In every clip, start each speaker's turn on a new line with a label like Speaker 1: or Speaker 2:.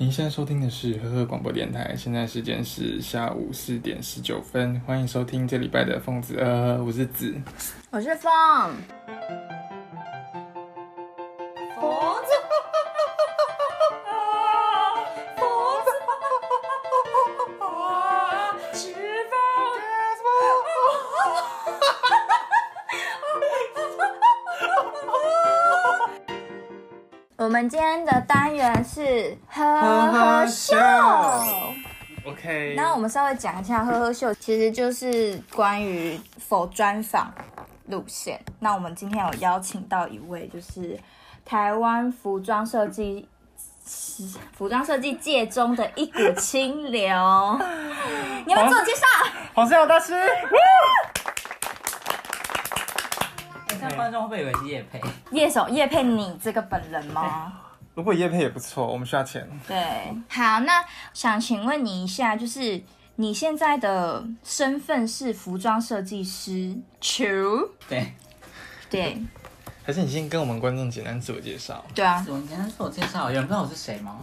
Speaker 1: 您现在收听的是呵呵广播电台，现在时间是下午四点十九分，欢迎收听这礼拜的疯子呃，我是子。
Speaker 2: 我是风，
Speaker 3: 佛子，佛子，吃 饭。
Speaker 2: 我们今天的单元是呵
Speaker 1: 呵
Speaker 2: 呵
Speaker 1: 呵
Speaker 2: 秀
Speaker 1: 秀。OK，
Speaker 2: 那我们稍微讲一下呵呵秀，其实就是关于否专访路线。那我们今天有邀请到一位，就是台湾服装设计。服装设计界中的一股清流，你们自我介绍。
Speaker 1: 黄世尧大师，
Speaker 3: 这样哎观众会不会以为是叶佩？
Speaker 2: 叶手叶佩，你这个本人吗？
Speaker 1: 如果叶配也不错，我们需要钱。
Speaker 2: 对，好，那想请问你一下，就是你现在的身份是服装设计师，True？
Speaker 3: 对，
Speaker 2: 对，
Speaker 1: 还是你先跟我们观众简单自我介绍，
Speaker 2: 对啊，
Speaker 3: 我你刚才自我介绍，有人不知道我是谁吗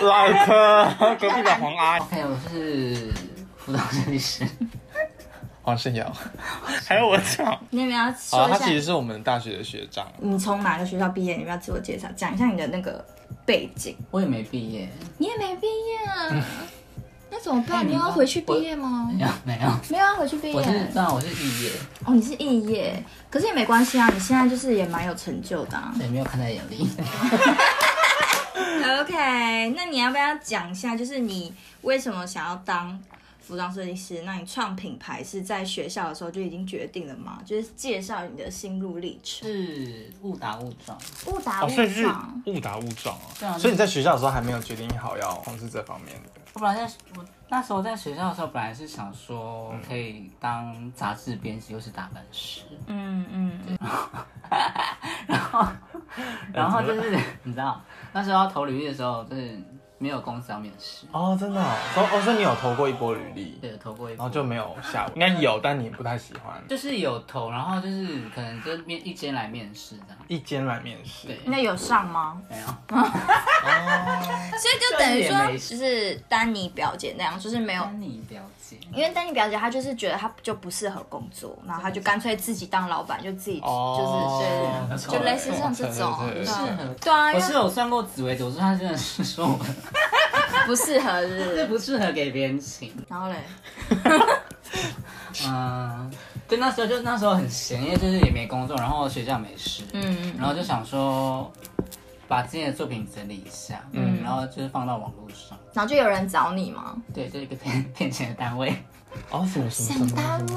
Speaker 1: 老柯，隔壁的黄阿
Speaker 3: ？OK，我哎是服装设计师。
Speaker 1: 黄圣尧，还有我讲，
Speaker 2: 你有没有要
Speaker 1: 好
Speaker 2: 说
Speaker 1: 了，
Speaker 2: 一
Speaker 1: 他
Speaker 2: 下
Speaker 1: 其实是我们大学的学长，
Speaker 2: 你从哪个学校毕业？你要不要自我介绍，讲一下你的那个背景？
Speaker 3: 我也没毕业，
Speaker 2: 你也没毕业啊，那怎么办？
Speaker 3: 你
Speaker 2: 你
Speaker 3: 要
Speaker 2: 要
Speaker 3: 我
Speaker 2: 回去毕业吗？
Speaker 1: 嗯
Speaker 3: 没有没有，
Speaker 2: 没有啊要回去毕
Speaker 3: 我是
Speaker 2: 业
Speaker 3: 当然我是毕业，
Speaker 2: 哦，你是肄业，可是也没关系啊，你现在就是也蛮有成就的、啊。
Speaker 3: 所以没有看在眼里。
Speaker 2: OK，那你要不要讲一下，就是你为什么想要当服装设计师？那你创品牌是在学校的时候就已经决定了吗？就是介绍你的心路历程。
Speaker 3: 是误打误撞，
Speaker 2: 误打
Speaker 1: 哦，
Speaker 2: 误
Speaker 1: 所以是
Speaker 2: 撞，
Speaker 1: 误打误撞
Speaker 3: 对啊
Speaker 1: 哦，所以你在学校的时候还没有决定好要从事这方面的。
Speaker 3: 我本来在我那时候在学校的时候，本来是想说
Speaker 1: 嗯
Speaker 3: 可以当杂志编辑或是打版师，
Speaker 2: 嗯嗯嗯，
Speaker 1: 哎
Speaker 3: 然后就是 你知道那时候要投履历的时候，就是没有公司要面试，
Speaker 1: 哦，真的哦，哦，哦所以你有投过一波履历，
Speaker 3: 对，有投过一
Speaker 1: 然后
Speaker 3: 波，
Speaker 1: 哦就没有下文，应该有，但你不太喜欢。
Speaker 3: 就是有投，然后就是可能就面一间来面试这样，
Speaker 1: 一间来面试，
Speaker 3: 对，
Speaker 2: 那有上吗？
Speaker 3: 没有，
Speaker 1: 哦，
Speaker 2: 所以就等于
Speaker 3: 专业
Speaker 2: 说，
Speaker 3: 美
Speaker 2: 就是丹尼表姐那样，就是没有。
Speaker 3: 丹尼表姐，
Speaker 2: 因为丹尼表姐她就是觉得她就不适合工作，然后她就干脆自己当老板，就自己、
Speaker 1: 哦
Speaker 2: 就是对，就类似像这种，
Speaker 1: 对对对
Speaker 2: 对
Speaker 3: 对
Speaker 2: 啊对啊，
Speaker 3: 我
Speaker 2: 因
Speaker 3: 是
Speaker 2: 为
Speaker 3: 有算过紫薇斗数，她真的是说我
Speaker 2: 不适合是不
Speaker 3: 这
Speaker 2: 是，
Speaker 3: 不适合给别人请，
Speaker 2: 然后嘞，
Speaker 3: 嗯，对，那时候就那时候很闲，因为就是也没工作，然后学校没事，
Speaker 2: 嗯
Speaker 3: 然后就想说把自己的作品整理一下，嗯，然后就是放到网络上。
Speaker 2: 然后就有人找你吗？
Speaker 3: 对，就是一个骗 骗钱的单位，
Speaker 1: 哦，什么什么什么
Speaker 2: 单
Speaker 1: 什么什么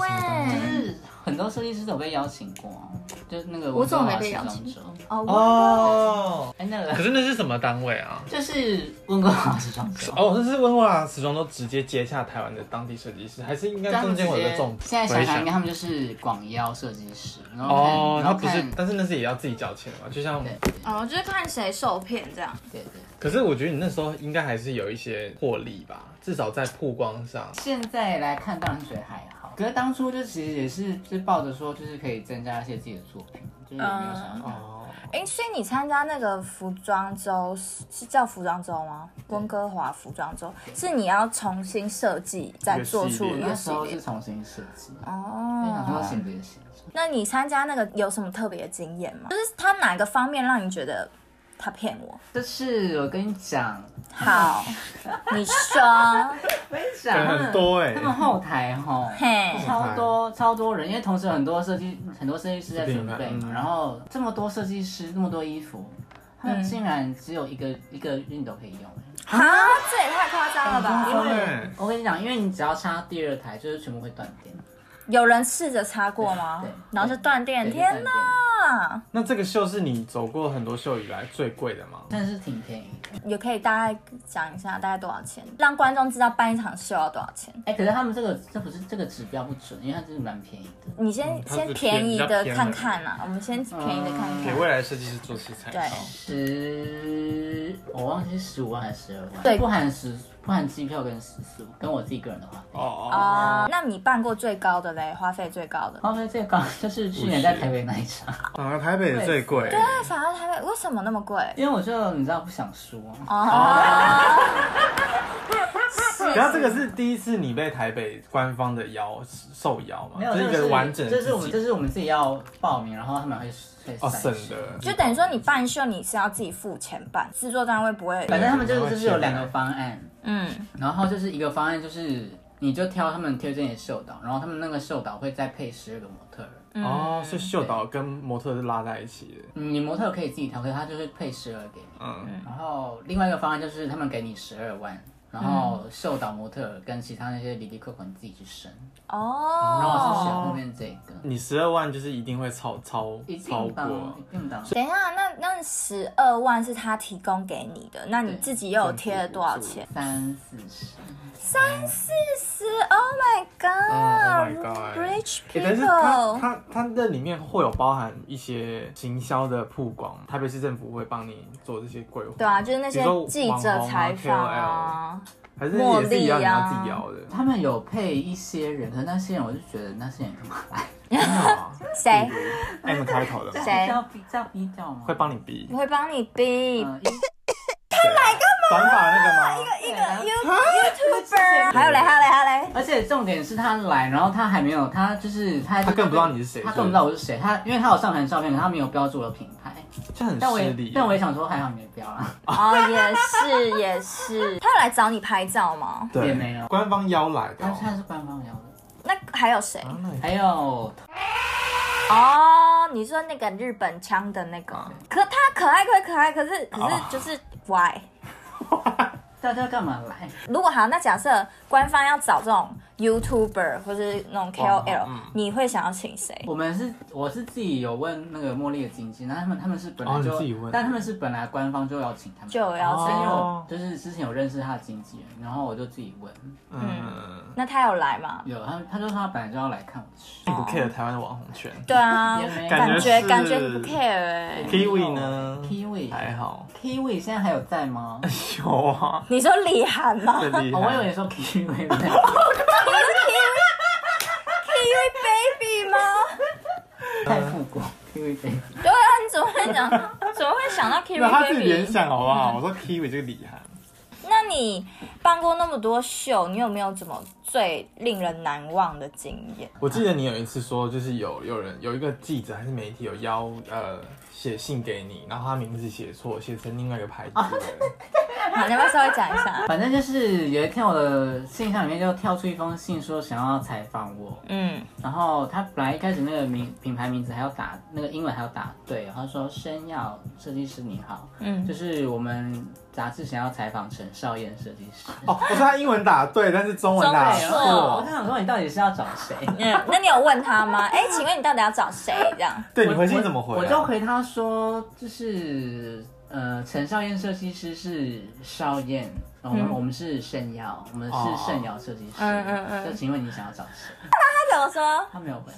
Speaker 2: 位
Speaker 3: 很多设计师都有被邀请过啊，就是那个
Speaker 2: 嗯我怎么
Speaker 3: 文化
Speaker 2: 没被邀请
Speaker 3: 时装周？
Speaker 2: 哦，
Speaker 1: 哦，
Speaker 3: 哎，那
Speaker 1: 可
Speaker 3: 个
Speaker 1: 是那是什么单位啊？
Speaker 3: 就是温哥华时装周。
Speaker 1: 哦，这是温哥华时装都直接接下台湾的当地设计师，还是应该
Speaker 3: 他
Speaker 1: 中
Speaker 3: 们直
Speaker 1: 间有
Speaker 3: 接
Speaker 1: 个重
Speaker 3: 现在想想，应
Speaker 1: 回
Speaker 3: 该他们就是广邀设计师，然后看
Speaker 1: 哦，
Speaker 3: 然
Speaker 1: 他
Speaker 3: 后
Speaker 1: 不是
Speaker 3: 看，
Speaker 1: 但是那是也要自己交钱嘛，就像。
Speaker 3: 对
Speaker 2: 哦，就是看谁受骗这样。
Speaker 3: 对对。
Speaker 1: 可是我觉得你那时候应该还是有一些获利吧，至少在曝光上。
Speaker 3: 现在来看，当然觉得还好，可是当初就其实也是就是抱着说，就是可以增加一些自己的作品，就是也没有想到。
Speaker 1: 哦，
Speaker 2: 哎、所以你参加那个服装周是是叫服装周吗？温哥华服装周是你要重新设计再做出
Speaker 1: 一
Speaker 2: 一
Speaker 1: 个
Speaker 3: 那
Speaker 2: 个
Speaker 3: 时
Speaker 2: 系
Speaker 3: 候
Speaker 2: 列
Speaker 3: 是重新设计，就想说
Speaker 2: 哦。
Speaker 3: 行不行？
Speaker 2: 那你参加那个有什么特别的经验吗？就是他哪个方面让你觉得他骗我？
Speaker 3: 就是我跟你讲，
Speaker 2: 嗯 好，你说，
Speaker 3: 我跟你讲，他们
Speaker 1: 很多欸
Speaker 3: 他们后台吼，
Speaker 2: 嘿，
Speaker 3: 超多超多人，因为同时有很多设计很多设计师在准备
Speaker 1: 品牌
Speaker 3: 嘛，
Speaker 1: 嗯
Speaker 3: 然后这么多设计师，这么多衣服，
Speaker 2: 嗯
Speaker 3: 他们竟然只有一个一个熨斗可以用。
Speaker 2: 啊，这也太夸张了吧！
Speaker 3: 因为
Speaker 1: 对
Speaker 3: 我跟你讲，因为你只要插第二台，就是全部会断电。
Speaker 2: 有人试着擦过吗
Speaker 3: 对对？
Speaker 2: 然后就断电，
Speaker 3: 对
Speaker 2: 天！哪！
Speaker 3: 就
Speaker 1: 那这个秀是你走过很多秀以来最贵的吗？
Speaker 3: 断电但是挺便宜的。
Speaker 2: 也可以大概讲一下大概多少钱，让观众知道办一场秀要多少钱。
Speaker 3: 哎，可是他们这个这不是这个指标不准，因为它真的蛮便宜的。
Speaker 2: 你先、
Speaker 1: 嗯它是
Speaker 2: 先便宜的
Speaker 1: 比较嗯
Speaker 2: 看看啊啦、我们
Speaker 3: 嗯
Speaker 2: 先便宜的看
Speaker 1: 给
Speaker 2: 看。
Speaker 1: 未来设计师做事参考。
Speaker 2: 对
Speaker 3: 十，我忘记是十五万还是十二万，
Speaker 2: 对
Speaker 3: 不含时换机票跟食宿，跟我自己个人的话，
Speaker 4: 哦，
Speaker 2: 啊、那你办过最高的嘞，花费最高的？
Speaker 3: 花费最高就是去年在台北那一场，
Speaker 1: 反而哦台北的最贵，
Speaker 2: 那反而台北为什么那么贵？
Speaker 3: 因为我就你知道不想输，
Speaker 2: 哦，
Speaker 1: 然后这个是第一次你被台北官方的邀受邀嘛？
Speaker 3: 没有
Speaker 1: 这是一
Speaker 3: 这
Speaker 1: 个完整的
Speaker 3: 这
Speaker 1: 自己，
Speaker 3: 是我们这是我们自己要报名，然后他们会会
Speaker 1: 哦省
Speaker 3: 筛选
Speaker 1: 的，
Speaker 2: 就等于说你办秀你是要自己付钱办，制作单位不会。
Speaker 3: 反正他们就是就是有两个方案，
Speaker 2: 嗯，
Speaker 3: 然后就是一个方案就是你就挑他们推荐的秀导，然后他们那个秀导会再配十二个模特儿。
Speaker 1: 哦，是秀导跟模特是拉在一起的，
Speaker 3: 嗯你模特儿可以自己挑，可是他就是配十二给你。
Speaker 1: 嗯，
Speaker 3: 然后另外一个方案就是他们给你十二万，然后秀导模特儿跟其他那些离离扣扣你自己去生，然后我是选
Speaker 2: 哦。
Speaker 3: 后面这个。
Speaker 1: 你十二万就是一定会超超
Speaker 3: 一
Speaker 1: 超过
Speaker 3: 定当，，一定当。
Speaker 2: 等一下，那那十二万是他提供给你的，那你自己又有贴了多少钱？
Speaker 3: 三四十，
Speaker 2: 三四十，Oh my
Speaker 1: 嗯
Speaker 2: God，Rich、
Speaker 1: ，Oh my God
Speaker 2: people，、
Speaker 1: 欸、但是它它它那里面会有包含一些行销的曝光，台北市政府会帮你做这些规划。
Speaker 2: 对啊，就是那些
Speaker 1: 比如说
Speaker 2: 记者采访啊，
Speaker 1: 还是也是一样
Speaker 2: 茉
Speaker 1: 你
Speaker 2: 莉啊
Speaker 1: 要自己摇的。
Speaker 3: 他们有配一些人，可是那些人我就觉得那些人干嘛来？
Speaker 1: 真的 吗
Speaker 3: 哎
Speaker 1: 哎
Speaker 2: 谁
Speaker 1: M 开头的吗
Speaker 2: 谁
Speaker 3: 叫逼叫逼叫吗？
Speaker 1: 会帮你逼
Speaker 2: 我会帮你逼。
Speaker 3: 嗯，一
Speaker 1: 他来干嘛？短发那个吗？
Speaker 3: 一个
Speaker 2: You YouTuber，还有嘞，还有嘞，还有嘞，
Speaker 3: 而且重点是他来，然后他还没有，他就是他
Speaker 1: 他更不知道你是谁
Speaker 3: 他根本不知道我是谁，他因为他有上传照片，可是他没有标注我的品牌，
Speaker 1: 这很
Speaker 3: 但我
Speaker 1: 失
Speaker 3: 也
Speaker 1: 礼。
Speaker 3: 但我也想说还好没标啊，
Speaker 2: 哦，也是也是，他有来找你拍照吗？
Speaker 1: 对
Speaker 3: 也没有
Speaker 1: 官方邀来的
Speaker 3: 但
Speaker 1: 哦。
Speaker 3: 是他是官方聊的，
Speaker 2: 那还有谁？
Speaker 1: 啊那你
Speaker 3: 还有
Speaker 1: 啊
Speaker 2: 哦，你说那个日本腔的那个，可他可爱归可爱，可是
Speaker 1: 啊
Speaker 2: 可是就是 why？
Speaker 3: 大家干嘛来？
Speaker 2: 如果好，那假设官方要找这种 YouTuber 或是那种 KOL，、你
Speaker 1: 嗯
Speaker 2: 会想要请谁？
Speaker 3: 我们是我是自己有问那个茉莉的经纪，那他们他们是本来
Speaker 1: 哦
Speaker 3: 就，
Speaker 1: 你自己问
Speaker 3: 但他们是本来官方就要请他们，
Speaker 2: 就有邀请
Speaker 3: 所以因为
Speaker 1: 哦
Speaker 3: 我就是之前有认识他的经纪人，然后我就自己问，
Speaker 1: 嗯，
Speaker 2: 那他有来吗？
Speaker 3: 有他他就说他本来就要来看我的戏
Speaker 1: 并不 care 台湾的网红圈。
Speaker 2: 对啊
Speaker 3: 也，没有
Speaker 2: 感
Speaker 1: 感觉是
Speaker 2: 感觉你不 care 哎、
Speaker 1: Kiwi 呢
Speaker 3: ，Kiwi
Speaker 1: 还好，
Speaker 3: Kiwi 现在还有在吗？
Speaker 1: 有啊，
Speaker 2: 你说李涵吗
Speaker 1: 这厉
Speaker 3: 哦， 我以为
Speaker 1: 害。
Speaker 3: 你说 Kiwi 呢
Speaker 2: ？Kiwi Baby 吗？
Speaker 3: 太复古，Kiwi baby
Speaker 2: 对啊，你怎么会讲？怎么会想到 Kiwi
Speaker 1: 那他自己联
Speaker 2: Baby？
Speaker 1: 想好不 好？我说 Kiwi 这个厉害。
Speaker 2: 那你办过那么多秀，你有没有怎么最令人难忘的经验？
Speaker 1: 我记得你有一次说，就是有有人有一个记者还是媒体有邀呃写信给你，然后他名字写错，写成另外一个牌子
Speaker 3: 啊
Speaker 1: 的。
Speaker 2: 好，你要不要稍微讲一下？
Speaker 3: 反正就是有一天我的信箱里面就跳出一封信，说想要采访我。
Speaker 2: 嗯，
Speaker 3: 然后他本来一开始那个名品牌名字还要打那个英文还要打对，然后说申耀设计师你好，
Speaker 2: 嗯
Speaker 3: 就是我们杂志想要采访陈少燕设计师。
Speaker 1: 哦，我说他英文打对，但是中文打
Speaker 2: 中文
Speaker 3: 哦，我
Speaker 1: 错
Speaker 3: 刚。想说你到底是要找 谁？
Speaker 2: 嗯，那你有问他吗？哎、请问你到底要找谁？这样，
Speaker 1: 对你回信怎么回、啊？
Speaker 3: 我就回他说，就是呃，陈少燕设计师是少燕，我们、我们是盛耀，我们是盛耀设计师。
Speaker 2: 嗯嗯嗯
Speaker 3: 就请问你想要找谁？
Speaker 2: 他怎么说？
Speaker 3: 他没有 回。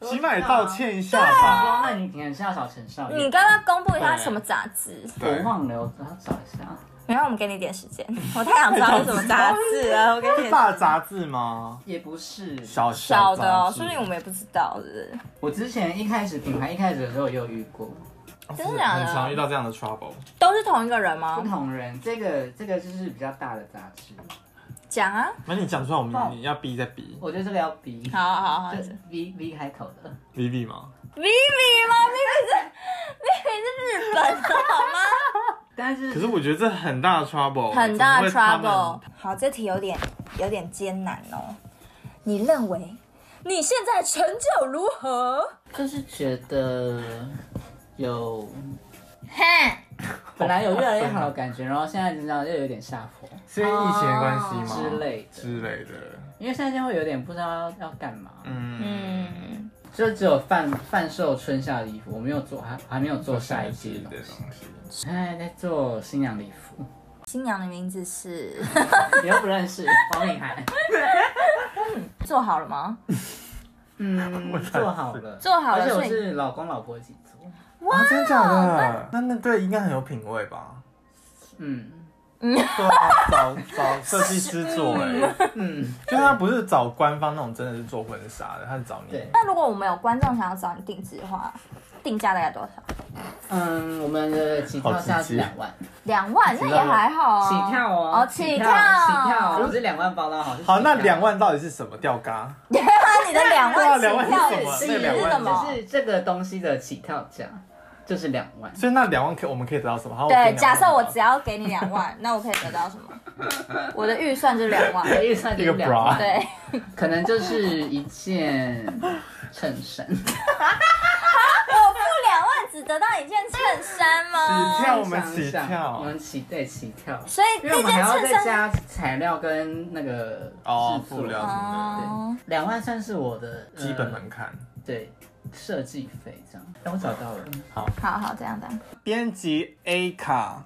Speaker 1: 起码也
Speaker 2: 啊
Speaker 1: 道歉一下吧。
Speaker 3: 哦那你你还是要找陈少
Speaker 2: 你
Speaker 3: 燕。
Speaker 2: 刚刚公布一下
Speaker 1: 哎
Speaker 2: 什么杂志？
Speaker 3: 啊我忘了，我要找一下。
Speaker 2: 没有，我们给你点时间。我太想知道是什么杂志了，我给你
Speaker 1: 是
Speaker 2: 点
Speaker 1: 大杂志吗？
Speaker 3: 也不是，
Speaker 1: 小
Speaker 2: 小的
Speaker 1: 杂
Speaker 2: 哦，
Speaker 1: 志
Speaker 2: 说不定我们也不知道，是
Speaker 3: 我之前一开始品牌一开始的时候也有遇过
Speaker 1: 哦
Speaker 2: 真的假的
Speaker 1: 很常遇到这样的 trouble。
Speaker 2: 不是？都是同一个人吗
Speaker 3: 不？同人，这个这个就是比较大的杂志，
Speaker 2: 讲啊，
Speaker 1: 那你讲出来，我
Speaker 3: 哦
Speaker 1: 们你要逼再逼
Speaker 3: 我觉得这个要 B，
Speaker 2: 好好好
Speaker 3: 就 V V 开头的，
Speaker 1: 逼逼吗？
Speaker 2: ，Vivi 吗？Vivi 是 Vivi 是日本的好吗？
Speaker 3: 但是
Speaker 1: 可是我觉得这很大的 trouble，
Speaker 2: 很大
Speaker 1: 怎么
Speaker 2: 的
Speaker 1: 会他
Speaker 2: trouble
Speaker 1: 们。
Speaker 2: 好，这题有点有点艰难哦。你认为你现在成就如何？
Speaker 3: 就是觉得有
Speaker 2: 哼，
Speaker 3: 本来有越来越好的感觉，然后现在就这样又有点下坡
Speaker 1: 是因为疫情的关系吗？
Speaker 3: 啊之类的，
Speaker 1: 之类的。
Speaker 3: 因为现在就会有点不知道要干嘛，
Speaker 1: 嗯，
Speaker 2: 嗯，
Speaker 3: 就只有贩贩售春夏的衣服，我没有做还还没有做下一季的
Speaker 1: 的
Speaker 3: 东西，
Speaker 1: 东西。
Speaker 3: 现在在做新娘礼服，
Speaker 2: 新娘的名字是
Speaker 3: 你又不认识黄敏涵。
Speaker 2: 做好了吗？
Speaker 3: 嗯，做好了，
Speaker 2: 做好了
Speaker 3: 而且我
Speaker 2: 所以
Speaker 3: 是老公老婆一起做。
Speaker 1: 啊 哇，真的假的？那那对应该很有品味吧？
Speaker 3: 嗯，
Speaker 1: 对啊，找找设计师做哎、
Speaker 3: 嗯，
Speaker 1: 就他不是找官方那种真的是做婚纱的，他是找你。
Speaker 3: 对，
Speaker 2: 那如果我们有观众想要找你定制的话，定价大概多少？
Speaker 3: 嗯，我们的起跳价是两万，
Speaker 2: 两万，那
Speaker 1: 起跳
Speaker 2: 也还好啊。
Speaker 3: 起跳哦，
Speaker 2: 哦，起
Speaker 3: 跳，
Speaker 2: 跳，
Speaker 3: 起跳，哦不是两万包啦，好，是起跳
Speaker 1: 好，那两。万到底是什么吊嘎？
Speaker 2: 你的两
Speaker 1: 对啊
Speaker 2: 万
Speaker 1: 两
Speaker 2: 起
Speaker 1: 万
Speaker 2: 跳
Speaker 1: 是什么
Speaker 2: 是
Speaker 1: 那
Speaker 2: 是
Speaker 1: 两万
Speaker 2: 什么
Speaker 3: 就？是这个东西的起跳价就是两万，
Speaker 1: 所以那两万可以我们可以得到什么？好，我给
Speaker 2: 对，
Speaker 1: 你
Speaker 2: 假设
Speaker 1: 2万
Speaker 2: 我只要给你两万，那我可以得到什么？我的预算就是两万。
Speaker 3: 预算就是
Speaker 1: 一个
Speaker 3: 两万，
Speaker 2: 对，
Speaker 3: 可能就是一件衬衫，
Speaker 2: 我付两万只得到一件衬衫
Speaker 1: 起
Speaker 2: 吗？
Speaker 1: 跳我们起
Speaker 3: 想一想
Speaker 1: 跳
Speaker 3: 我们起对起跳，
Speaker 2: 所以
Speaker 3: 因
Speaker 2: 这
Speaker 3: 为我们还
Speaker 2: 件
Speaker 3: 要
Speaker 2: 衬
Speaker 3: 再
Speaker 2: 衫
Speaker 3: 加材料跟那个
Speaker 1: 哦
Speaker 3: 制作
Speaker 1: 布料什么
Speaker 2: 哦，
Speaker 3: 两万算是我的、
Speaker 1: 的基本
Speaker 3: 呃
Speaker 1: 门槛。
Speaker 3: 对设计费这样。哎但我找到了，
Speaker 2: 好好这样这样。
Speaker 1: 编辑 A 卡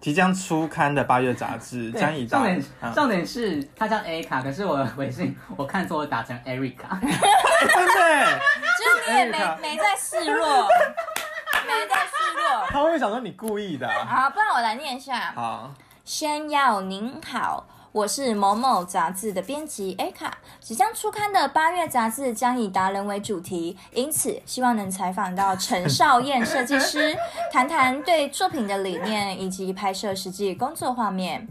Speaker 1: 即将出刊的八月杂志
Speaker 3: 对
Speaker 1: 将以
Speaker 3: 重
Speaker 1: 大
Speaker 3: 点
Speaker 1: 啊
Speaker 3: 重点是他叫 A 卡，可是我的微信我看错，我打成 Erica。
Speaker 1: 哎真的，
Speaker 2: 就是你也没
Speaker 1: Erica
Speaker 2: 没在示弱，没在示弱。
Speaker 1: 他会想说你故意的啊。
Speaker 2: 好，不然我来念一下。
Speaker 1: 好，
Speaker 2: 先要您好，我是某某杂志的编辑 A 卡。即将出刊的八月杂志将以达人为主题，因此希望能采访到陈少燕设计师，谈谈对作品的理念以及拍摄实际工作画面。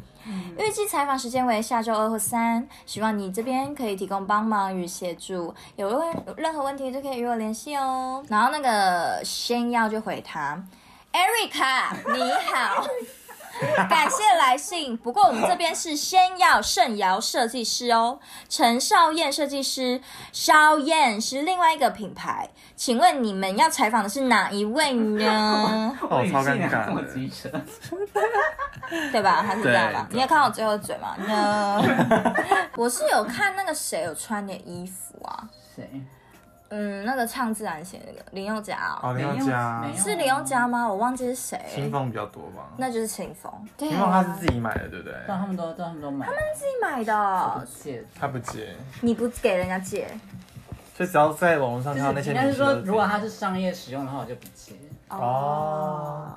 Speaker 2: 预计采访时间为下周二或三，希望你这边可以提供帮忙与协助，有问任何问题就可以与我联系哦。然后那个先要就回他，Erica 你好。 感谢来信。不过我们这边是先要盛瑶设计师哦，陈少燕设计师，邵燕是另外一个品牌。请问你们要采访的是哪一 位呢？
Speaker 1: 哦超尴尬的
Speaker 3: 微信啊这么机车，
Speaker 2: 对吧？还是这样吧。
Speaker 1: 对
Speaker 2: 你有看我最后的嘴吗？ 呢，我是有看那个谁有穿点衣服啊，
Speaker 3: 谁？
Speaker 2: 嗯，那个唱自然写那个林宥嘉哦、
Speaker 1: 好，你要
Speaker 3: 没有
Speaker 1: 加
Speaker 3: 没有
Speaker 2: 是林宥嘉吗？我忘记是谁
Speaker 1: 清
Speaker 2: 了，
Speaker 1: 风比较多吧？
Speaker 2: 那就是清风。对
Speaker 1: 清风他
Speaker 2: 啊，
Speaker 1: 是自己买的，对不对？
Speaker 3: 对，他们都对他们都买，
Speaker 2: 自己买的
Speaker 3: 不
Speaker 2: 哦，
Speaker 3: 借。
Speaker 1: 他不接，
Speaker 2: 你不给人家借
Speaker 1: 所以只要在网络上
Speaker 3: 就
Speaker 1: 看
Speaker 3: 是
Speaker 1: 到那些
Speaker 3: 应
Speaker 1: 明星
Speaker 3: 该是
Speaker 1: 都自己买的，，
Speaker 3: 说如果他是商业使用的话，我就不借。
Speaker 2: 哦。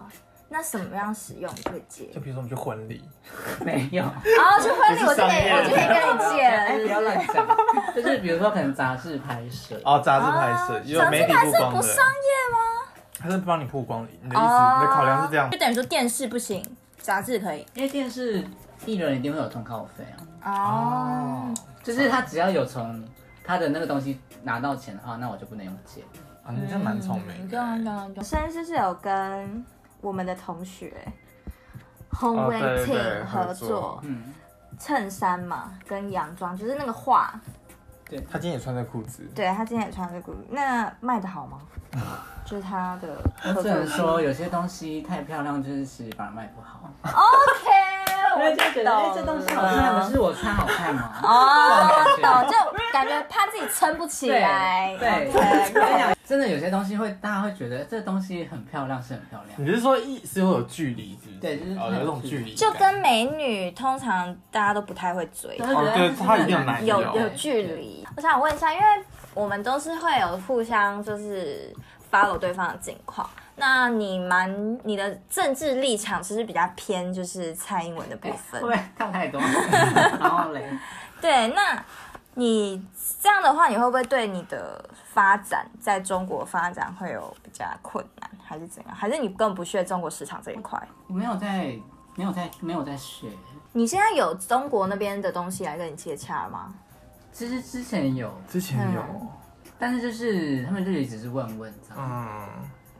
Speaker 2: 那什么样使用会借？
Speaker 1: 就比如说我们去婚礼，
Speaker 3: 没有，
Speaker 2: 哦，去婚礼我就可以，
Speaker 1: 不
Speaker 2: 我
Speaker 1: 是商业
Speaker 2: 就可以跟你借了，
Speaker 3: 哎，
Speaker 2: 是
Speaker 3: 不
Speaker 2: 不
Speaker 3: 要
Speaker 2: 是？
Speaker 3: 乱讲。就是比如说，可能杂志拍摄，
Speaker 1: 哦，杂志拍摄，也有媒体
Speaker 2: 还
Speaker 1: 曝
Speaker 2: 哦是
Speaker 1: 光
Speaker 2: 不
Speaker 1: 的
Speaker 2: 商，业吗？
Speaker 1: 他是帮你曝光你的意思，
Speaker 2: 哦，
Speaker 1: 你的考量是这样
Speaker 2: 就。等于说电视不行，杂志可以。
Speaker 3: 因为电视艺人一定会有通告费啊。
Speaker 2: 哦，
Speaker 3: 就是他只要有从他的那个东西拿到钱的话，那我就不能用借。
Speaker 1: 啊，你这样蛮聪
Speaker 2: 嗯
Speaker 1: 明的。
Speaker 2: 懂懂懂。甚至是有跟我们的同学
Speaker 1: 哦
Speaker 2: 洪伟
Speaker 1: 对对对
Speaker 2: 婷合
Speaker 1: 合作
Speaker 2: 作
Speaker 3: 嗯，
Speaker 2: 衬衫嘛，跟洋装，就是那个画。
Speaker 1: 他今天也穿这裤子，
Speaker 2: 对他今天也穿这个，那卖的好吗？就是他的合
Speaker 3: 我
Speaker 2: 作
Speaker 3: 只能说 有些东西太漂亮，就是其实反而卖不好。
Speaker 2: ，OK，
Speaker 3: 因为就觉得哎、
Speaker 2: 我
Speaker 3: 这东西
Speaker 2: 懂
Speaker 3: 好看，
Speaker 2: 了
Speaker 3: 可是我穿好看吗？
Speaker 2: 哦，
Speaker 3: 这
Speaker 2: 懂，
Speaker 3: 种感觉。
Speaker 2: 就感觉怕自己撑不起来。
Speaker 3: 对，对
Speaker 2: OK，
Speaker 3: 我跟你讲，真的有些东西会，大家会觉得这东西很漂亮，是很漂亮。
Speaker 1: 你是说一是会有距离，是不是？
Speaker 3: 对就是
Speaker 1: 哦，有一种距离感，
Speaker 2: 就跟美女通常大家都不太会追，
Speaker 1: 哦对它一定有男
Speaker 2: 有
Speaker 1: 有
Speaker 2: 有距。离。我想问一下，因为我们都是会有互相就是 follow 对方的近况。那你蛮你的政治立场其实比较偏就是蔡英文的部
Speaker 3: 会
Speaker 2: 分
Speaker 3: 不，会看太多？然后嘞，
Speaker 2: 对，那你这样的话，你会不会对你的发展在中国发展会有比较困难，还是怎样？还是你更不屑中国市场这一块？
Speaker 3: 我没有在，没有在，没有在学。
Speaker 2: 你现在有中国那边的东西来跟你接洽吗？
Speaker 3: 其实之前有，
Speaker 1: 之前有，
Speaker 3: 但是就是他们就也只是问问这样。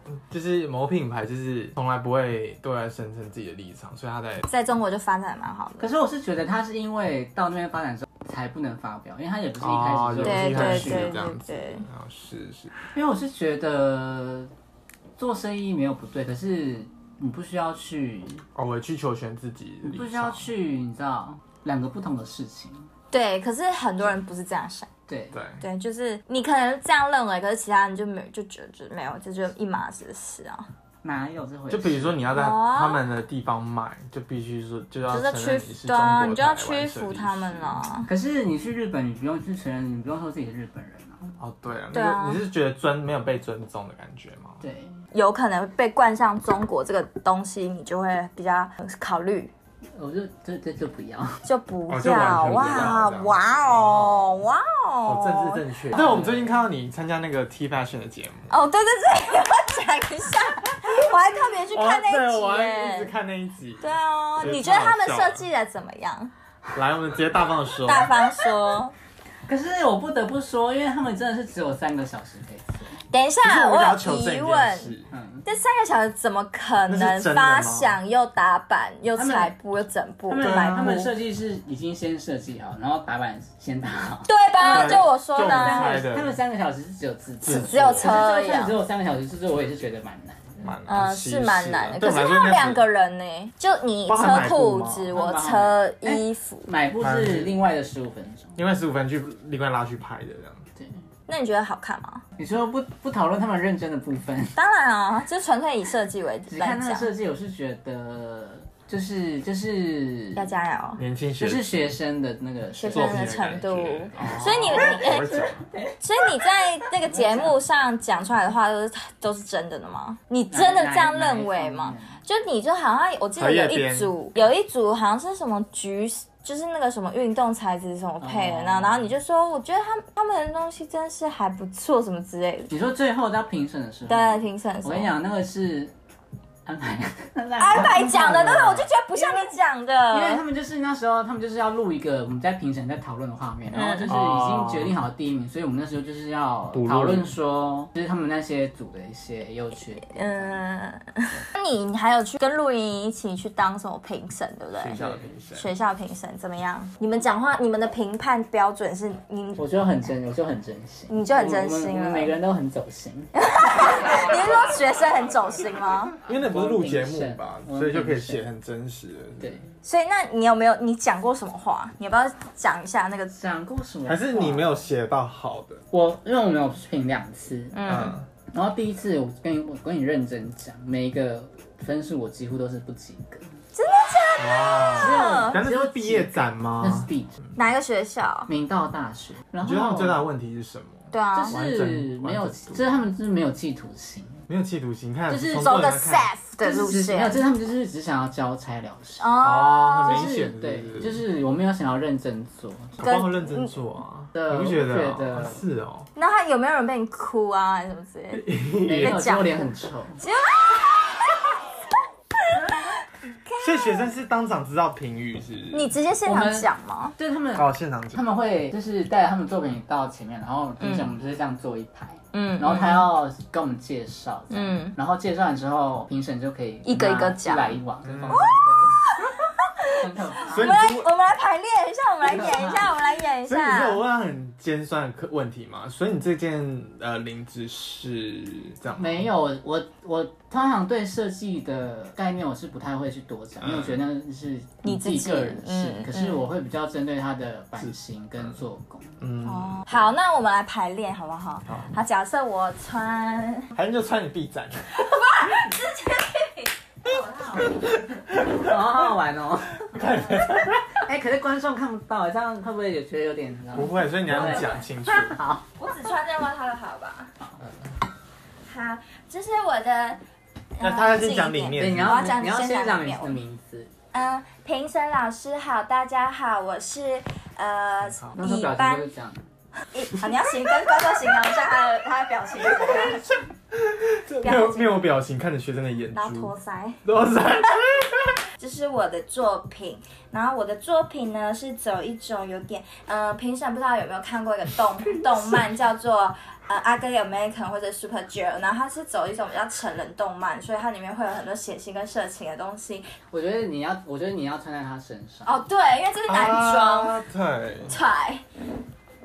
Speaker 1: 嗯，就是某品牌就是从来不会对外声称自己的立场，所以他在
Speaker 2: 在中国就发展得蛮好的。
Speaker 3: 可是我是觉得他是因为到那边发展之后才不能发表，因为他也不是一
Speaker 1: 哦就
Speaker 3: 开，始就
Speaker 1: 不
Speaker 2: 对
Speaker 1: 是一开始
Speaker 2: 对对
Speaker 1: 这样子
Speaker 2: 对对，
Speaker 1: 然后是是，
Speaker 3: 因为我是觉得做生意没有不对，可是你不需要去，
Speaker 1: 哦，委曲求全自己的
Speaker 3: 你
Speaker 1: 立
Speaker 3: 不需要
Speaker 1: 场，
Speaker 3: 去，你知道两个不同的事情。
Speaker 2: 对，可是很多人不是这样想，
Speaker 3: 对，
Speaker 1: 对，
Speaker 2: 对，就是你可能这样认为，可是其他人就没有就觉得就没有，这就一码子事啊。
Speaker 3: 哪有这回事？
Speaker 1: 就比如说你要在
Speaker 2: 哦
Speaker 1: 他们的地方买，就必须说就要
Speaker 2: 就是
Speaker 1: 承认
Speaker 2: 屈
Speaker 1: 你是
Speaker 2: 服，
Speaker 1: 中
Speaker 2: 对
Speaker 1: 国
Speaker 2: 啊，你就
Speaker 1: 台
Speaker 2: 要
Speaker 1: 湾
Speaker 2: 屈
Speaker 1: 设
Speaker 2: 服
Speaker 1: 计
Speaker 2: 他们啊
Speaker 1: 师啊
Speaker 2: 了。
Speaker 3: 可是你去日本，你不用去承认，你不用说自己是日本人啊。
Speaker 1: 哦，对啊，
Speaker 2: 对啊
Speaker 1: 你是觉得尊没有被尊重的感觉吗？
Speaker 3: 对，
Speaker 2: 有可能被冠上中国这个东西，你就会比较考虑
Speaker 3: 我就这这就不要。
Speaker 2: 就不
Speaker 1: 哦就
Speaker 2: 要
Speaker 1: 完全不
Speaker 2: 哇
Speaker 1: 要这样
Speaker 2: 哇哦哇
Speaker 1: 哦，政治
Speaker 2: 哦！
Speaker 1: 正确。但我们最近看到你参加那个 T Fashion 的节目，
Speaker 2: 哦，对对 对，我讲一下，我还特别去
Speaker 1: 我
Speaker 2: 看那
Speaker 1: 哦对，
Speaker 2: 一
Speaker 1: 我
Speaker 2: 集
Speaker 1: 还一直
Speaker 2: 耶。
Speaker 1: 看那一集。
Speaker 2: 对哦，
Speaker 1: 觉得
Speaker 2: 你觉得
Speaker 1: 超好
Speaker 2: 他们
Speaker 1: 笑
Speaker 2: 设计的怎么样？
Speaker 1: 来，我们直接大方地说，
Speaker 2: 大方说。
Speaker 3: 可是我不得不说，因为他们真的是只有三个小时可以做。
Speaker 2: 等一
Speaker 1: 可是
Speaker 2: 下，
Speaker 1: 我想要求
Speaker 2: 有
Speaker 1: 证一
Speaker 2: 疑
Speaker 1: 件
Speaker 2: 问，
Speaker 1: 事，
Speaker 3: 嗯，
Speaker 2: 这三个小时怎么可
Speaker 1: 那
Speaker 2: 能
Speaker 1: 是真的吗
Speaker 2: 发想又打版又裁布又整布
Speaker 3: 他
Speaker 2: 又
Speaker 3: 们
Speaker 2: 买
Speaker 3: 他
Speaker 2: 布
Speaker 3: 们？设计是已经先设计好，然后打板先打好。
Speaker 2: 对吧？
Speaker 1: 对
Speaker 2: 就我说
Speaker 1: 就我
Speaker 2: 的
Speaker 1: 们
Speaker 2: 啊，
Speaker 1: 猜的
Speaker 3: 他们三个小时是只有自制
Speaker 1: 自，
Speaker 2: 只有车而已
Speaker 3: 就算
Speaker 2: 啊
Speaker 3: 只。有三个小时制作，我也是觉得蛮难。
Speaker 1: 蛮
Speaker 2: 嗯，是蛮
Speaker 1: 啊
Speaker 2: 难的。可是他
Speaker 1: 有
Speaker 2: 有两个人呢，就你
Speaker 1: 包含
Speaker 2: 车
Speaker 1: 买布
Speaker 2: 裤
Speaker 1: 吗
Speaker 2: 子，
Speaker 3: 包
Speaker 2: 我
Speaker 3: 含
Speaker 2: 车衣服。
Speaker 3: 买布是另外的十五分钟。
Speaker 1: 另外十五分去另外拉去拍的这样。
Speaker 3: 对，
Speaker 2: 那你觉得好看吗？
Speaker 3: 你说不不讨论他们认真的部分，
Speaker 2: 当然啊，就纯粹以设计为
Speaker 3: 只
Speaker 2: 来
Speaker 3: 看那个
Speaker 2: 讲，
Speaker 3: 设计，我是觉得就是就是
Speaker 2: 要加油。
Speaker 1: 年轻学
Speaker 3: 就
Speaker 1: 子
Speaker 3: 是学生的那个
Speaker 2: 学
Speaker 1: 作
Speaker 2: 生
Speaker 1: 品
Speaker 2: 的
Speaker 1: 的
Speaker 2: 程
Speaker 1: 感
Speaker 2: 度
Speaker 1: 觉，哦
Speaker 2: 所以你你
Speaker 1: 我会讲
Speaker 2: 所以你在那个节目上讲出来的话都是都是真的的吗？你真的这样认为吗？？就你就好像我记得有
Speaker 1: 荷叶
Speaker 2: 一
Speaker 1: 边
Speaker 2: 组有一组好像是什么橘，就是那个什么运动材质什么配的
Speaker 3: 哦
Speaker 2: 那，然后你就说我觉得他们他们的东西真是还不错什么之类的。
Speaker 3: 你说最后到评审的时候，
Speaker 2: 对，评审
Speaker 3: 我跟你
Speaker 2: 说
Speaker 3: 讲，那个是安排
Speaker 2: 安
Speaker 3: 安
Speaker 2: 排讲的，对不对？我就觉得不像你讲
Speaker 3: 因为他
Speaker 2: 的。
Speaker 3: 们就是那时候，他们就是要录一个我们在评审在讨论的画面，
Speaker 2: 嗯
Speaker 3: 然后就是已经决定好第一名，所以我们那时候就是要
Speaker 1: 补录
Speaker 3: 讨论说，就是他们那些组的一些优缺点。
Speaker 2: 嗯， 那你还有去跟陆莹一起去当什么评审，对不对？
Speaker 1: 学校的评审，
Speaker 2: 学校评审怎么样？你们讲话，你们的评判标准是你，你
Speaker 3: 我就很真，我就很真心，
Speaker 2: 你就很真心啊嗯
Speaker 3: 我
Speaker 2: 了
Speaker 3: 们我们每个人都很走心，
Speaker 2: 是说学生很走心吗？
Speaker 1: 因为那不是录节目吧，
Speaker 3: 我们评审
Speaker 1: 所以就可以写很真实的。
Speaker 3: 对，
Speaker 2: 所以那你有没有你讲过什么话？你要不要讲一下那个？
Speaker 3: 讲过什么？
Speaker 1: 还是你没？有写到好的，
Speaker 3: 我因为我们有评两次，
Speaker 2: 嗯，
Speaker 1: 嗯，
Speaker 3: 然后第一次我跟你我跟你认真讲，每一个分数我几乎都是不及格，
Speaker 1: 哇，
Speaker 2: 啊
Speaker 3: 只
Speaker 1: 但
Speaker 3: 有
Speaker 1: 是
Speaker 3: 只
Speaker 1: 这
Speaker 3: 有
Speaker 1: 是毕业展
Speaker 3: 那是
Speaker 1: 吗？
Speaker 3: 第一
Speaker 2: 嗯哪一个学校？
Speaker 3: 明道大学，然
Speaker 1: 啊你
Speaker 3: 后
Speaker 1: 觉得他们最大的问题是什么？
Speaker 2: 对啊，
Speaker 3: 就是没有，
Speaker 1: 完整度
Speaker 3: 就是他们就是没有企图心，
Speaker 1: 没有企图心，看
Speaker 3: 就是
Speaker 1: 从
Speaker 2: 走
Speaker 1: 个
Speaker 2: 个
Speaker 1: 人看
Speaker 2: safe 的路
Speaker 3: 就是只没有，
Speaker 2: 线
Speaker 3: 就是他们就是只想要交差了事。
Speaker 1: 哦，
Speaker 2: 哦。
Speaker 1: 很
Speaker 3: 就
Speaker 1: 明
Speaker 3: 是
Speaker 1: 显，
Speaker 3: 对
Speaker 1: 是不，是
Speaker 3: 就是我没有想要认真做，
Speaker 1: 搞不好认真做啊，
Speaker 3: 对
Speaker 1: 你不觉得
Speaker 3: 我觉
Speaker 1: 哦？
Speaker 3: 得
Speaker 1: 是哦，
Speaker 2: 那他有没有人被你哭啊，还是什么之类的？
Speaker 3: 没有，
Speaker 2: 被
Speaker 3: 结
Speaker 2: 讲
Speaker 3: 果脸很臭。
Speaker 1: 所以学生是当场知道评语是不是？
Speaker 2: 你直接现场讲吗？
Speaker 3: 就是他们，
Speaker 1: 哦，现场讲
Speaker 3: 他们会就是带着他们作品到前面，然后评审我们就是这样坐一排，
Speaker 2: 嗯，
Speaker 3: 然后他要跟我们介绍，嗯
Speaker 2: 嗯，
Speaker 3: 然后介绍完之后，评审就可以
Speaker 2: 一个一个
Speaker 3: 拿
Speaker 2: 讲哦
Speaker 3: 一来一往，就是放很可怕
Speaker 1: 所以
Speaker 2: 我们来
Speaker 1: 你是
Speaker 2: 我们来排练一下，我们来演一下，我们来演一
Speaker 1: 所以你
Speaker 2: 下
Speaker 1: 没。有问到很尖酸的问题嘛？所以你这件呃领子是这样吗
Speaker 3: 没有，我我我通常对设计的概念我是不太会去多
Speaker 1: 嗯
Speaker 3: 讲，因为我觉得那个是
Speaker 2: 你自己
Speaker 3: 个人的事。
Speaker 2: 嗯
Speaker 3: 可是我会比较针对它的版型跟做工。
Speaker 1: 嗯，
Speaker 2: 哦，好，那我们来排练好不好？好，假设我穿
Speaker 1: 还是就穿你臂展，
Speaker 3: 好好玩哦！ 哎、可是观众看不到，这样会不会也觉得有点？
Speaker 1: 不会，所以你要讲清楚。
Speaker 3: 好，
Speaker 2: 我只穿这外套就好吧？好，这是我的。
Speaker 1: 那
Speaker 2: 呃
Speaker 1: 他要先讲理。
Speaker 2: 近一点
Speaker 1: 念，
Speaker 3: 你
Speaker 2: 我
Speaker 3: 要
Speaker 2: 要讲
Speaker 3: 你要
Speaker 2: 你先讲
Speaker 3: 先讲你
Speaker 2: 里面
Speaker 3: 的名字。
Speaker 2: 呃，评审老师好，大家好，我是呃
Speaker 1: 好
Speaker 3: 那时候
Speaker 2: 乙
Speaker 3: 表情
Speaker 2: 班
Speaker 3: 就是这样，
Speaker 2: 乙，好，你要形跟观众形容一下他的他的表情，
Speaker 1: 没有没有表情，看着学生的眼
Speaker 2: 然后托
Speaker 1: 珠，
Speaker 2: 腮。
Speaker 1: 都是
Speaker 2: 这是我的作品，然后我的作品呢是走一种有点呃，评审不知道有没有看过一个动 动漫叫做呃《阿哥有 American》或者《Super Girl》，然后它是走一种比较成人动漫，所以它里面会有很多血腥跟色情的东西。
Speaker 3: 我觉得你要，我觉得你要穿在他身上。
Speaker 2: 哦，对，因为这是 男装，
Speaker 1: 啊对，
Speaker 2: 对、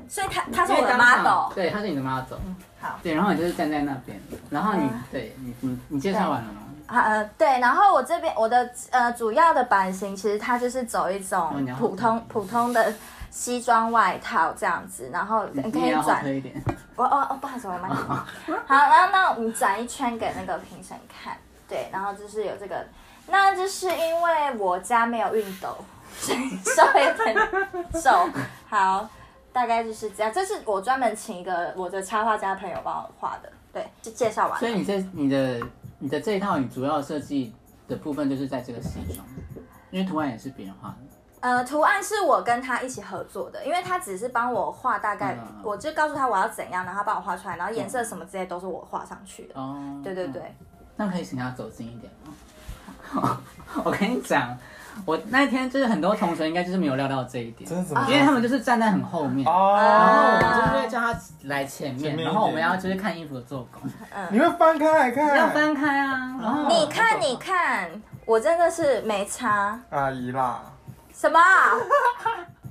Speaker 2: 所以他他是
Speaker 3: 因为
Speaker 2: 我的
Speaker 3: 当场
Speaker 2: model。
Speaker 3: 对，他是你的 model。
Speaker 2: 好，
Speaker 3: 对，然后你就是站在那边，然后你，对你，你你介绍完了吗？
Speaker 2: 啊呃，对，然后我这边我的呃主要的版型其实它就是走一
Speaker 3: 哦
Speaker 2: 种
Speaker 3: 你要
Speaker 2: 普通普通的西装外套这样子，然后你可
Speaker 3: 你也
Speaker 2: 以
Speaker 3: 要后
Speaker 2: 转，
Speaker 3: 退一点。
Speaker 2: 我哦哦不好意思，我慢点。 好，然后那你转一圈给那个评审看，对，然后就是有这个，那就是因为我家没有熨斗，所以稍微有点皱，好，大概就是这样，这是我专门请一个我的插画家朋友帮我画的，对，就介绍完了
Speaker 3: 所以你这你的你的这一套，你主要设计的部分就是在这个西装。因为图案也是别人画的。
Speaker 2: 呃，图案是我跟他一起合作的，因为他只是帮我画大概，
Speaker 3: 嗯
Speaker 2: 我就告诉他我要怎样，然后他帮我画出来，然后颜色什么之类都是我画上去的。
Speaker 3: 哦，
Speaker 2: 对对对，
Speaker 3: 那可以请他走近一点吗？ 我跟你讲，我那天就是很多同学应该就是没有料到这一点，
Speaker 1: 真的怎么？
Speaker 3: 因为他们就是站在很后面，然后
Speaker 1: 哦，
Speaker 3: 我们就是会叫他来前面，
Speaker 1: 前面一点
Speaker 3: 然后我们要就是看衣服的做工，
Speaker 1: 你会翻开来看？
Speaker 3: 要翻开啊，然后
Speaker 2: 嗯你看你看，我真的是没差
Speaker 1: 阿姨啦，
Speaker 2: 什么啊，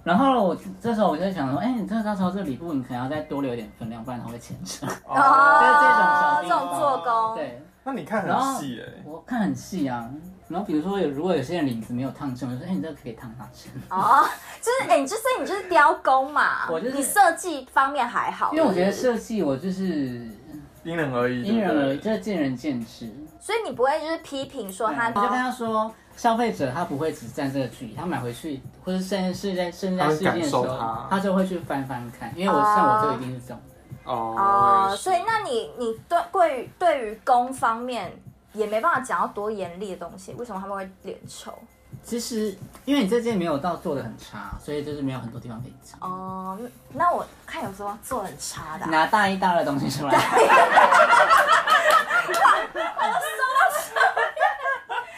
Speaker 3: 然后我这时候我就想说，哎、你这到时候这礼物你可能要再多留一点分量，不然它会牵扯。
Speaker 2: 哦，
Speaker 3: 就是
Speaker 2: 这
Speaker 3: 这种小地方
Speaker 2: 种做工，
Speaker 3: 对，
Speaker 1: 那你看
Speaker 3: 然后
Speaker 1: 很细哎，
Speaker 3: 我看很细啊。然后比如说有如果有些人领子没有烫深，我就说，哎、你这个可以烫烫深，
Speaker 2: 哦，就是哎，你就是你就是雕工嘛，
Speaker 3: 我就是
Speaker 2: 你设计方面还好，
Speaker 3: 因为我觉得
Speaker 2: 是
Speaker 3: 设计我就是呃
Speaker 1: 因人而异，
Speaker 3: 因人而
Speaker 1: 对
Speaker 3: 异，
Speaker 1: 不对
Speaker 3: 就是见仁见智。
Speaker 2: 不是，所以你不会就是批评说他哦
Speaker 3: 我啊就跟他说，消费者他不会只站这个距离，他买回去或者甚至是在甚至在
Speaker 1: 他会
Speaker 3: 试件的时
Speaker 1: 感受
Speaker 3: 候
Speaker 1: 它，
Speaker 3: 他就会去翻翻看，因为我像我就一定是这种。
Speaker 1: 哦
Speaker 2: 哦，所以那你你对对于对于工方面也没办法讲到多严厉的东西，为什么他们会脸臭？
Speaker 3: 其实因为你这件没有到做的很差，所以就是没有很多地方可以讲。
Speaker 2: 哦、那我看有时候做得很差的啊、
Speaker 3: 拿大一、大二的东西出来，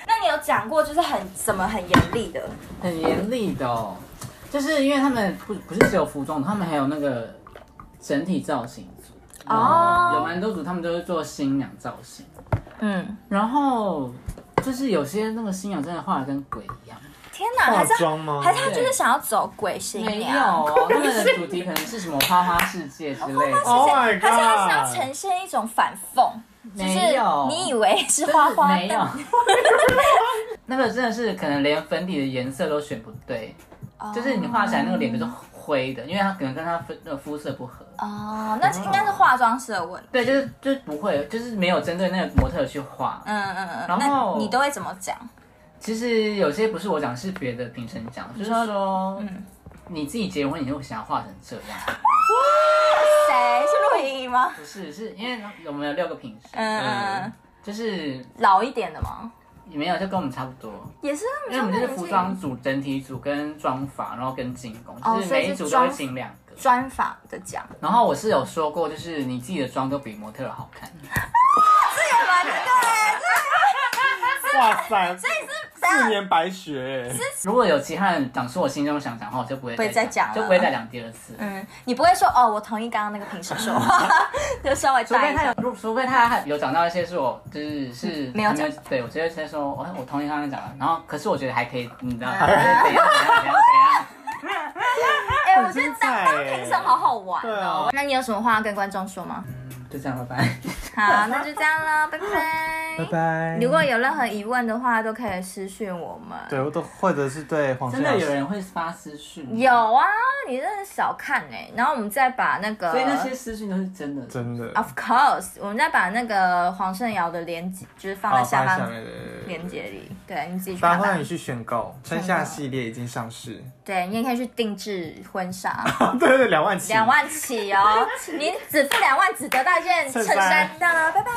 Speaker 2: 那你有讲过就是很什么很严厉的？
Speaker 3: 很严厉的、哦，就是因为他们不不是只有服装，他们还有那个整体造型组，
Speaker 2: 哦
Speaker 3: 有蛮多组他们都是做新娘造型，
Speaker 2: 嗯，
Speaker 3: 然后就是有些那个新娘真的画的跟鬼一样，
Speaker 2: 天哪，
Speaker 1: 化
Speaker 2: 还是
Speaker 1: 妆吗？
Speaker 2: 哦还是他就是想要走鬼新
Speaker 3: 没有
Speaker 2: 娘，
Speaker 3: 哦，他们的主题可能是什么花花世界之类的，
Speaker 1: Oh my
Speaker 2: 他现在是要
Speaker 1: god
Speaker 2: 呈现一种反讽，就是
Speaker 3: 没有
Speaker 2: 你以为是花花
Speaker 3: 没有
Speaker 2: 但。
Speaker 3: 那个真的是可能连粉底的颜色都选不对，
Speaker 2: 哦
Speaker 3: 就是你画起来那个脸就是灰的，因为它可能跟它肤那个肤色不合。
Speaker 2: 哦，那应该是化妆师的问题。
Speaker 3: 对，就是就是不会，就是没有针对那个模特去画。
Speaker 2: 嗯嗯嗯，
Speaker 3: 然
Speaker 2: 那
Speaker 3: 后
Speaker 2: 你都会怎么讲？
Speaker 3: 其实有些不是我讲，是别的评审讲，就是说，
Speaker 2: 嗯
Speaker 3: 你自己结婚，你就想要画成这样，
Speaker 2: 谁是陆莹莹吗？
Speaker 3: 不是，是因为我们有六个评审，
Speaker 2: 嗯嗯嗯，
Speaker 3: 就是
Speaker 2: 老一点的吗？
Speaker 3: 也没有，就跟我们差不多，
Speaker 2: 也是
Speaker 3: 因为我们就是服装组、整体组跟妆法，然后跟进攻，
Speaker 2: 哦
Speaker 3: 就是每一组都会进两个。
Speaker 2: 专访的讲，
Speaker 3: 然后我是有说过，就是你自己的妆都比模特儿好看，
Speaker 2: 哇，这个哎
Speaker 1: 哇塞，
Speaker 2: 怎
Speaker 1: 四
Speaker 2: 样
Speaker 1: 年白学哎，
Speaker 3: 如果有其他人讲出我心中想讲的话，我就不会
Speaker 2: 不会再讲了
Speaker 3: 就不会再讲第二次。
Speaker 2: 嗯，你不会说哦，我同意刚刚那个评审说话， 就稍微
Speaker 3: 除
Speaker 2: 带
Speaker 3: 非
Speaker 2: 一
Speaker 3: 他
Speaker 2: 下
Speaker 3: 有，。如除非他还有嗯讲到一些是我就是是
Speaker 2: 没有讲
Speaker 3: 还对我觉得先说，哎我我同意刚刚讲的，然后可是我觉得还可以，你 知道，就是怎样怎样怎样怎
Speaker 2: 哎、我觉得当
Speaker 1: 很精彩
Speaker 2: 当评审好好玩
Speaker 1: 对
Speaker 2: 哦、
Speaker 1: 啊
Speaker 2: 那你有什么话要跟观众说吗？
Speaker 3: 样，就这样，拜拜。
Speaker 2: 好，那就这样啦，拜拜。
Speaker 1: 拜。拜。
Speaker 2: 如果有任何疑问的话，都可以私讯我们。
Speaker 1: 对，我都或者是对黄轩
Speaker 3: 真
Speaker 1: 老
Speaker 3: 的
Speaker 1: 师
Speaker 3: 有人会发私讯，
Speaker 2: 有啊，你真的少看哎、然后我们再把那个，
Speaker 3: 所以那些私讯都是真的。
Speaker 1: 真的
Speaker 2: of course，我们再把那个黄圣尧的链接，就是放在
Speaker 1: 哦
Speaker 2: 下
Speaker 1: 放
Speaker 2: 方
Speaker 1: 面对对对对
Speaker 2: 链接里，对你自己去
Speaker 1: 大
Speaker 2: 看
Speaker 1: 家欢
Speaker 2: 吧
Speaker 1: 迎。去选购，春夏系列已经上市。
Speaker 2: 对，你也可以去定制婚纱，
Speaker 1: 对对，对两万起。
Speaker 2: 两万起哦，你只付两万只得到一件衬
Speaker 1: 衬
Speaker 2: 衫
Speaker 1: 衫
Speaker 2: 的，拜拜。